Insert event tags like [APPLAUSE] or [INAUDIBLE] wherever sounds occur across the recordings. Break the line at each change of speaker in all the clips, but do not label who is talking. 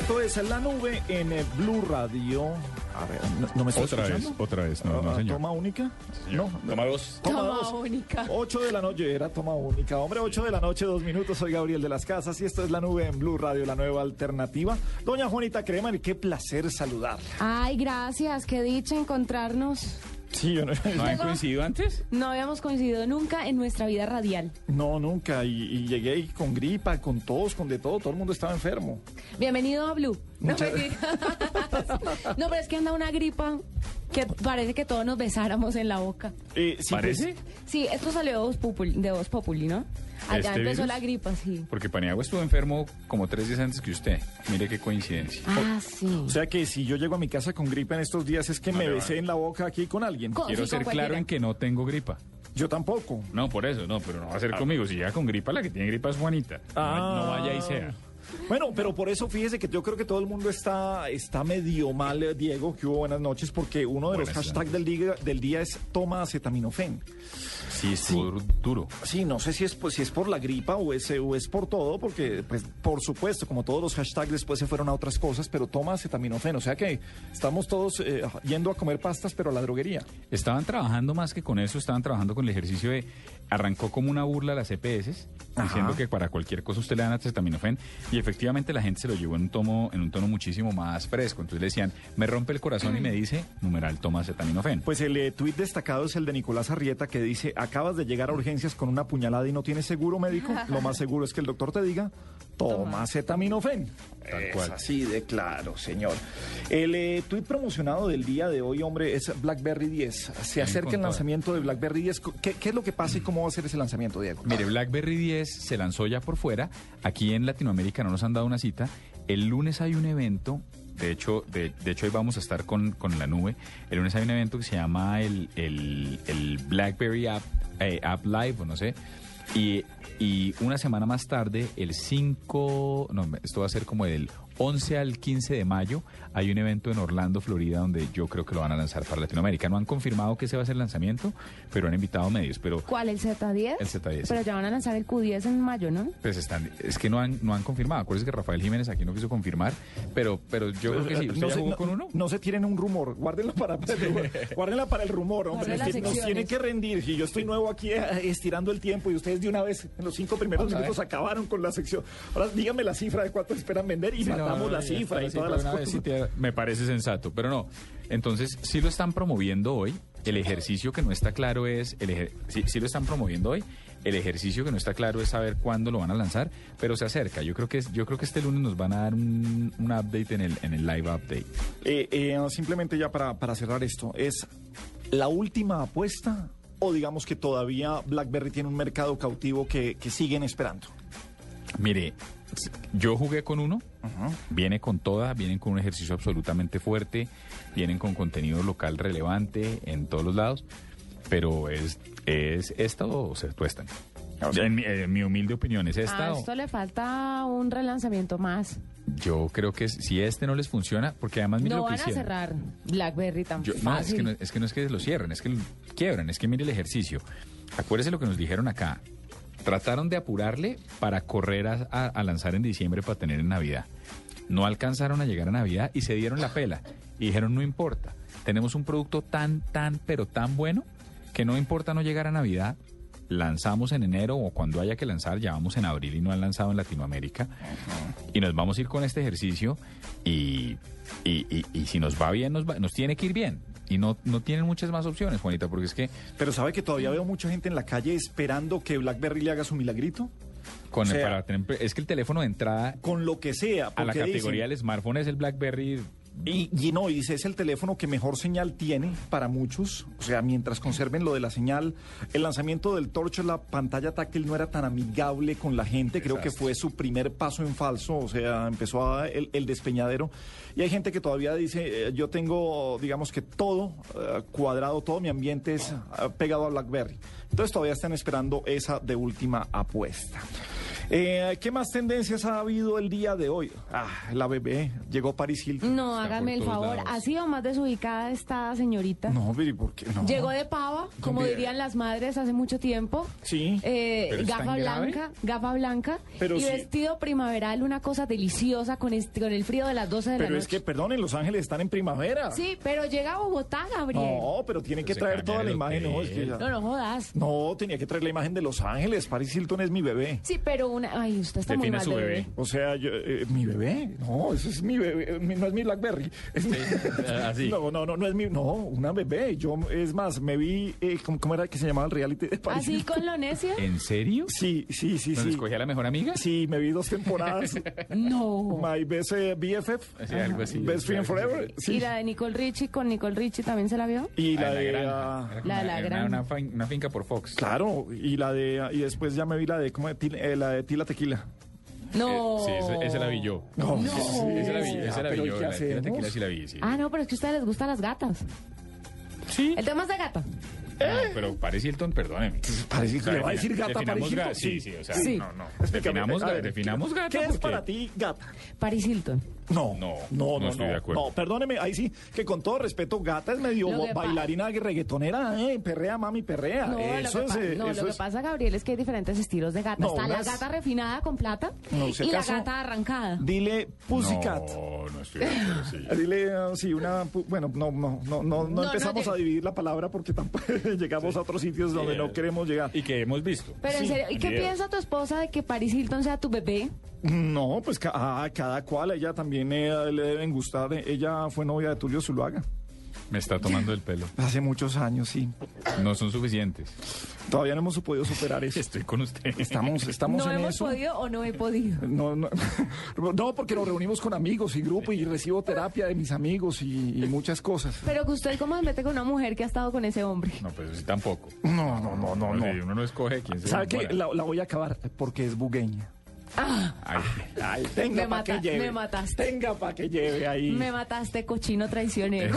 Esto es La Nube en eh, Blue Radio. A ver, ¿no, no me estoy
Otra vez,
escuchando?
otra vez. No, no,
Ah,
señor.
¿Toma única?
Señor,
No,
Toma dos.
Toma
dos.
única.
8 de la noche, era toma única. Hombre, 8 de la noche, dos minutos. Soy Gabriel de las Casas y esto es La Nube en Blue Radio, la nueva alternativa. Doña Juanita Kremer, qué placer saludarla.
Ay, gracias, qué dicha encontrarnos.
Sí, [LAUGHS] yo no,
¿No han coincidido antes?
No habíamos coincidido nunca en nuestra vida radial.
no, nunca. Y, y llegué ahí con gripa, con tos, con de todo. Todo el mundo estaba enfermo.
Bienvenido a Blue. No,
Muchas-
mentira. [LAUGHS] No, pero es que anda una gripa que parece que todos nos besáramos en la boca.
Eh, sí,
¿Parece?
pues,
Sí, esto salió de Voz Populi, de Voz Populi, ¿no? Allá
¿Este
empezó
virus?
la gripa, sí.
Porque Paniagua estuvo enfermo como tres días antes que usted. Mire qué coincidencia.
Ah, sí.
o sea que si yo llego a mi casa con gripa en estos días es que me
Ah, le va.
besé en la boca aquí con alguien.
Co-
Quiero
sí,
ser
con
claro
cualquiera.
en que no tengo gripa.
Yo tampoco.
No, por eso, no, pero no va a ser conmigo. Si llega con gripa, la que tiene gripa es Juanita. No,
Ah.
no vaya y sea.
Bueno, pero por eso fíjese que yo creo que todo el mundo está, está medio mal, eh, Diego, que hubo buenas noches, porque uno de los
Buenas
hashtags del día, del día es toma acetaminofén.
Sí, estuvo duro.
Sí, no sé si es, pues, si es por la gripa o es, eh, o es por todo, porque pues, por supuesto, como todos los hashtags después se fueron a otras cosas, pero toma acetaminofén. O sea que estamos todos eh, yendo a comer pastas, pero a la droguería.
Estaban trabajando más que con eso, estaban trabajando con el ejercicio de. Arrancó como una burla a las EPS, diciendo que para cualquier cosa usted le dan acetaminofén, y efectivamente la gente se lo llevó en un, tomo, en un tono muchísimo más fresco. Entonces le decían, me rompe el corazón y me dice, numeral, toma acetaminofén.
Pues el eh, tuit destacado es el de Nicolás Arrieta que dice, acabas de llegar a urgencias con una puñalada y no tienes seguro médico, lo más seguro es que el doctor te diga, toma acetaminofén.
Tal
Es
cual.
así de claro, señor. El eh, tuit promocionado del día de hoy, hombre, es BlackBerry 10. Se acerca el
toda.
lanzamiento de BlackBerry 10. ¿Qué, qué es lo que pasa y cómo va a ser ese lanzamiento, Diego?
Mire, BlackBerry 10 se lanzó ya por fuera. Aquí en Latinoamérica no nos han dado una cita. El lunes hay un evento. De hecho, de, de hecho, ahí vamos a estar con, con la nube. El lunes hay un evento que se llama el, el- el BlackBerry App, eh, App Live, o no sé. Y, y una semana más tarde, el 5, no, esto va a ser como del 11 al 15 de mayo, hay un evento en Orlando, Florida, donde yo creo que lo van a lanzar para Latinoamérica. No han confirmado que ese va a ser el lanzamiento, pero han invitado medios. Pero
¿Cuál? ¿El Z10?
El Z10,
Pero
sí.
ya van a lanzar el Q10 en mayo, ¿no?
pues están, es que no han, no han confirmado. Acuérdense que Rafael Jiménez aquí no quiso confirmar, pero, pero yo creo que sí. ¿Usted
eh, no,
ya
se,
jugó
no-
con uno?
no se tienen un rumor, guárdenlo para, guárdenla para el rumor, hombre.
Guarden
Es que
las
nos tiene
secciones.
que rendir. Y yo estoy nuevo aquí eh, estirando el tiempo y ustedes de una vez, en los cinco primeros
Vamos a ver.
minutos, acabaron con la sección. Ahora dígame la cifra de cuánto esperan vender y
Sí, no,
matamos
no, no,
la
ya
cifra
está
y todas
la cifra
las
de una
cosas.
vez, sí, tía, Me parece sensato, pero no. Entonces, sí lo están promoviendo hoy. El ejercicio que no está claro es. El ejer- sí, sí lo están promoviendo hoy. El ejercicio que no está claro es saber cuándo lo van a lanzar, pero se acerca. Yo creo que, es- yo creo que este lunes nos van a dar un, un update en el, en el live update.
Eh, eh, simplemente ya para, para cerrar esto, ¿es la última apuesta o digamos que todavía BlackBerry tiene un mercado cautivo que, que siguen esperando?
Mire, s- yo jugué con uno, viene con toda, vienen con un ejercicio absolutamente fuerte, vienen con contenido local relevante en todos los lados, pero es, es esta o se tuestan.
Ah,
En mi, en mi humilde opinión, es esta
A
o-
Ah, esto le falta un relanzamiento más.
Yo creo que si este no les funciona, porque además mire
No
lo que
van a
hicieron.
cerrar BlackBerry tan
Yo- no, es
fácil.
que no, es que no es que lo cierren, es que lo quiebran, es que mire el ejercicio. Acuérdese lo que nos dijeron acá. Trataron de apurarle para correr a, a- a lanzar en diciembre para tener en Navidad. No alcanzaron a llegar a Navidad y se dieron la pela. Y dijeron, no importa, tenemos un producto tan, tan, pero tan bueno que no importa no llegar a Navidad. Lanzamos en enero o cuando haya que lanzar, ya vamos en abril y no han lanzado en Latinoamérica y nos vamos a ir con este ejercicio y, y- y- y si nos va bien, nos, va- nos tiene que ir bien. Y no, no tienen muchas más opciones, Juanita, porque es que
Pero sabe que todavía veo mucha gente en la calle esperando que BlackBerry le haga su milagrito
con el-
O sea,
para tener- es que el teléfono de entrada
con lo que sea.
a la
porque dicen-
categoría del smartphone es el BlackBerry
Y, y no, y ese es el teléfono que mejor señal tiene para muchos. O sea, mientras conserven lo de la señal, el lanzamiento del torcho, la pantalla táctil no era tan amigable con la gente. Creo que fue su primer paso en falso. O sea, empezó a- el, el despeñadero. Y hay gente que todavía dice, eh, yo tengo, digamos que todo eh, cuadrado, todo mi ambiente es eh, pegado a BlackBerry. Entonces todavía están esperando esa de última apuesta. Eh, ¿Qué más tendencias ha habido el día de hoy? Ah, la bebé. Llegó Paris Hilton.
No,
Pues Está por
hágame el
todos
favor.
lados.
Así o más desubicada está señorita.
No, Viri, ¿por qué no?
Llegó de pava, como
Bien.
dirían las madres hace mucho tiempo.
Sí.
Eh,
¿Pero está
gafa
en grave?
blanca, gafa blanca
Pero
y
sí.
vestido primaveral, una cosa deliciosa con, este- con el frío de las 12 de la
Pero
noche.
es que, perdón, en Los Ángeles están en primavera.
Sí, pero llega a Bogotá, Gabriel.
No, pero tiene que
Se
traer
cambia
toda
el
la imagen. No,
hotel.
es que ya-
No, no jodas.
no, tenía que traer la imagen de Los Ángeles. Paris Hilton es mi bebé.
Sí, pero una... Ay, usted está muy
Defina
mal
su
de
bebé.
bebé.
O sea, yo, eh, mi bebé. No, eso es mi bebé. eh, mi- no es mi Blackberry. Es mi- [LAUGHS]
así.
No, no, no, no es mi. No, una bebé. Yo, es más, me vi. eh, ¿cómo, cómo era que se llamaba el reality de Paris
Así
Hilton?
con lo necio.
¿En serio?
Sí, sí, sí,
¿Nos
sí.
escogía la mejor amiga?
Sí, me vi dos
[LAUGHS]
temporadas.
No.
My best eh, BFF.
Sí, algo así.
Best Friend Forever. Sí.
Y la de Nicole Richie, con Nicole Richie también se la vio.
Y la,
Ah,
de.
en
ah,
granja. Era como
La de la
una- era
granja.
Una, fin- una finca por Fox.
Claro, y la de y después ya me vi la de ¿cómo de Til- eh, la de Tila Tequila.
No.
Eh, sí, esa, esa la vi yo.
No, Ah,
Esa la vi, esa la vi yo. La de Tila Tequila sí la vi, sí.
Ah, no, pero es que a ustedes les gustan las gatas.
Sí.
El tema es de gata.
Eh.
No, pero Paris Hilton, perdóneme.
Parece que
O
Pues le
sea,
va a decir gata a
definamos
Paris Hilton.
ga- Sí, sí, o sea,
Sí.
no, no.
[LAUGHS] Explícame,
Definamos,
a
ga-
ver,
definamos gata.
¿Qué es
porque-
para ti gata?
Paris Hilton.
No,
No,
no, no,
no estoy de acuerdo.
No, perdóneme, ahí sí, que con todo respeto, gata es medio
Lo que pa-
bailarina reggaetonera, eh, perrea, mami, perrea.
No,
eso
lo que,
es,
pa-
eh,
no, lo
eso
que
es-
pasa, Gabriel, es que hay diferentes estilos de gata.
No,
Está
unas-
la gata refinada con plata
No, si
y la
acaso-
gata arrancada.
Dile Pussycat.
No, no estoy de acuerdo,
[LAUGHS]
sí.
Dile, ah, sí, una... pu- Bueno, no, no, no, no, no,
no
empezamos
llega.
a dividir la palabra porque tampoco [LAUGHS] llegamos a otros sitios donde no queremos llegar.
Y que hemos visto.
Pero en
Sí,
serio, ¿y qué
video.
piensa tu esposa de que Paris Hilton sea tu bebé?
No, pues ca- ah, cada cual, a ella también eh, le deben gustar. eh, Ella fue novia de Tulio Zuluaga.
Me está tomando el pelo.
Hace muchos años, sí.
No son suficientes.
Todavía no hemos podido superar eso.
Estoy con usted.
Estamos, estamos
¿No
en
hemos
eso.
podido o no he podido?
No, [LAUGHS] no, no, porque nos reunimos con amigos y grupo y recibo terapia de mis amigos y, y muchas cosas.
Pero que usted cómo se mete con una mujer que ha estado con ese hombre.
No, pues sí, tampoco.
No, no, no, no,
Sí,
no.
uno no escoge quién se
¿Sabe qué?
enamora.
La, la voy a acabar porque es bugueña.
Ay,
Ay, tenga
Me
para que
mata-
lleve.
me mataste.
Tenga para que lleve ahí.
Me mataste, cochino traicionero.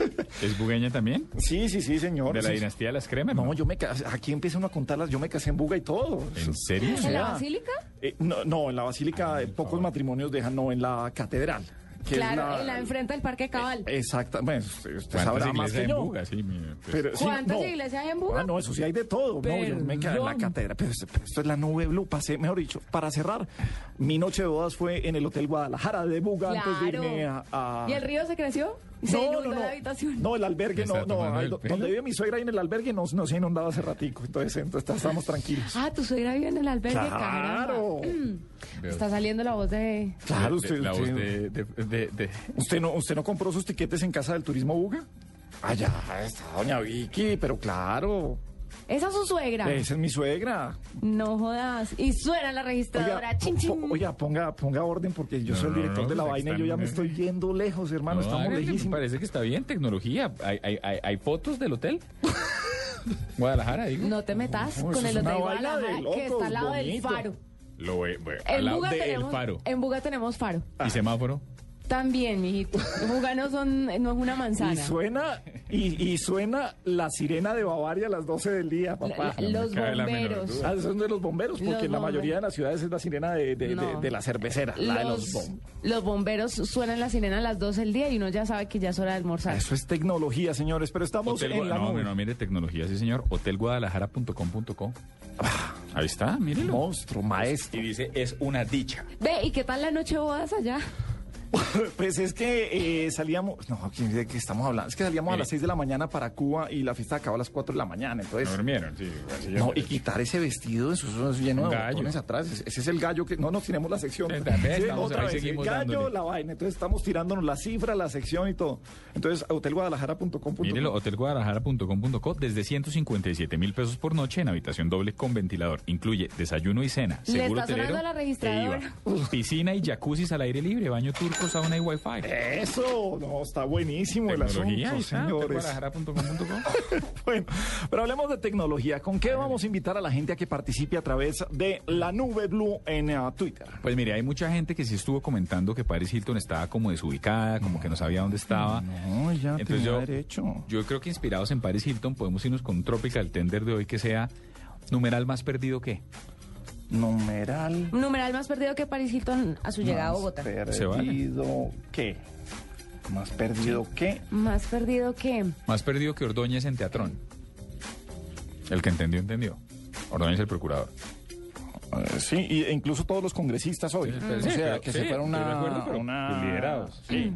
Eh,
¿Es bugueña también?
Sí, sí, sí, señor.
¿De la
Sí, sí.
dinastía de las cremas?
No, yo me casé, aquí empieza uno a contarlas, yo me casé en Buga y todo.
¿En serio?
¿En la
sea.
basílica?
Eh, no, no, en la
Ah,
basílica eh, pocos matrimonios dejan, no, en la catedral. que es Eh,
Claro, en la enfrenta del Parque Cabal.
Exacta, bueno, usted usted
¿Cuántas
sabrá pues más
iglesias
que
en
yo.
Buga? Sí, mire, pues,
Pero sí,
¿Cuántas iglesias hay en Buga?
Ah, no, eso sí hay de todo. No, yo me quedé en la
Perdón.
catedral. Pero, es- pero esto es la nube blue. Pasé, mejor dicho, para cerrar, mi noche de bodas fue en el Hotel Guadalajara de Buga antes de irme a. a-
¿Y el río se creció? ¿Y se inundó la habitación?
No, el albergue
¿Me
no,
está
no.
tomando
ahí
el
do-
pelo?
donde vive mi suegra ahí en el albergue no, no se ha inundado hace ratico. Entonces, entonces estamos tranquilos.
Ah, tu suegra vive en el albergue,
Claro.
caramba. Está saliendo la voz de...
Claro,
de-
usted,
La voz
usted-
de... de- de- de-
¿Usted no, ¿Usted no compró sus tiquetes en casa del turismo Buga? Allá está doña Vicky, pero claro.
¿Esa es su suegra?
Esa es mi suegra.
No jodas. Y suena la registradora. chin,
po-
chin.
po- oiga, ponga, ponga orden porque yo
No,
soy el
no,
director
no,
de la
pues,
vaina y
están-
yo ya me estoy yendo lejos, hermano.
No,
estamos
hágale, me
lejísimos.
Parece que está bien, tecnología. ¿Hay, hay, hay, hay fotos del
[LAUGHS]
hotel? Guadalajara, digo.
No te metas
No, eso
con
es
el
una
hotel
vaina de
Guadalajara, que
locos,
está al lado del
bonito.
faro.
Lo ve, bueno, al
En
lado
Buga,
del
tenemos,
faro.
en Buga tenemos faro.
¿Y semáforo?
También, mijito. Buga no, son, no es una
Y
manzana.
suena, y, y suena la sirena de Bavaria a las 12 del día,
La-
papá.
la- los
me cabe la menor
bomberos.
duda.
Ah, son de los bomberos, porque
Los
en la
bomberos.
mayoría de las ciudades es la sirena de, de- de-
No.
de la cervecera, la de los
Los,
bomberos.
los bomberos suenan la sirena a las 2 del día y uno ya sabe que ya es hora de almorzar.
Eso es tecnología, señores, pero estamos
Hotel
en
Gua-
la
no,
nube.
no, mire, tecnología, sí, señor. Hotelguadalajara.com.co. Ahí está, mírelo.
Ah. Monstruo, maestro.
dice, es una dicha.
Ve, ¿y qué tal la noche de bodas allá?
[LAUGHS] Pues es que eh, salíamos, no, ¿quién- ¿de qué estamos hablando? Es que salíamos a
Mire.
las 6 de la mañana para Cuba y la fiesta acabó a las 4 de la mañana, entonces...
No durmieron, sí. así ya
No,
me-
y quitar ese vestido, eso, eso es lleno
Un
de
gallo.
botones atrás. Ese- Ese es el gallo que. No, nos tenemos la sección.
Eh, también estamos-
otra
ahí
vez. El
seguimos
gallo,
dándole.
la vaina. Entonces estamos tirándonos la cifra, la sección y todo. Entonces, hotelguadalajara.com.
Mírelo, hotelguadalajara.com.co desde 157 mil pesos por noche en habitación doble con ventilador. Incluye desayuno y cena,
Le
seguro
está sonando
hotelero
la
e
registradora.
IVA. Piscina y jacuzzis al aire libre, baño turco a una y Wi-Fi.
Eso, no, está buenísimo Eh, el
Tecnología,
asunto,
ahí está,
señores.
guadalajara.com.co.
[LAUGHS] Bueno, pero hablemos de tecnología. ¿Con qué vamos a invitar a la gente a que participe a través de la nube blue en eh, Twitter?
Pues mire, hay mucha gente que sí estuvo comentando que Paris Hilton estaba como desubicada, como que no sabía dónde estaba.
No, ya tenía derecho.
Yo creo que inspirados en Paris Hilton podemos irnos con un Tropical Tender de hoy que sea numeral más perdido que.
Numeral.
Numeral más perdido que Paris Hilton a su llegada a Bogotá.
Se vale.
Perdido qué? Más perdido qué?
Más perdido que...
Más perdido que Ordóñez en Teatrón. El que entendió, entendió. Ordóñez el procurador.
Eh, sí, y- e incluso todos los congresistas hoy. o
Sí,
sea,
pero-
que
sí,
se fueron
estoy
una,
de acuerdo, pero
una-
liderados.
Sí.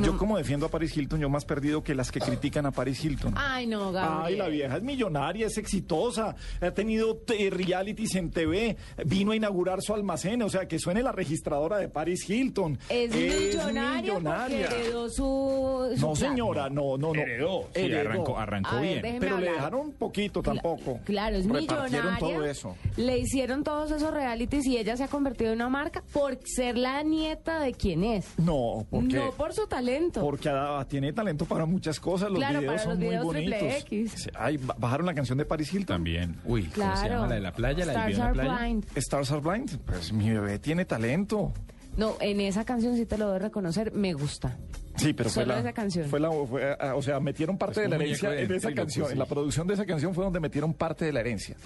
Yo como defiendo a Paris Hilton, yo más perdido que las que critican a Paris Hilton.
Ay, no,
Ay,
Gabriel.
la vieja es millonaria, es exitosa, ha tenido eh, realities en TV, vino a inaugurar su almacén, o sea, que suene la registradora de Paris Hilton.
Es, millonaria, porque heredó su... su
No,
plata.
señora, no, no, no.
Heredó, sí,
Heredó.
arrancó- arrancó
A ver,
bien.
déjeme
Pero le
hablar.
dejaron poquito tampoco.
Claro, es
Repartieron
millonaria.
todo eso.
Le hicieron todos esos realities y ella se ha convertido en una marca por ser la nieta de quien es.
No, porque
No por su talento.
porque ah, tiene talento para muchas cosas, los
Claro,
videos
para
son
los videos
muy
triple
bonitos.
X.
Ay, ba- bajaron la canción de Paris Hilton.
También. Uy, ¿cómo
claro.
se llama? La de la playa, la del
Stars
video en la
are
playa.
blind.
Stars are blind. Pues mi bebé tiene talento.
No, en esa canción sí te lo debo reconocer, me gusta.
Sí, pero fue
Solo
la,
esa canción.
fue la- fue, ah, ah, o sea, metieron parte
Es
de la
un muñeco
herencia
de
en esa
ventriloquio,
canción.
sí.
En la producción de esa canción fue donde metieron parte de la herencia.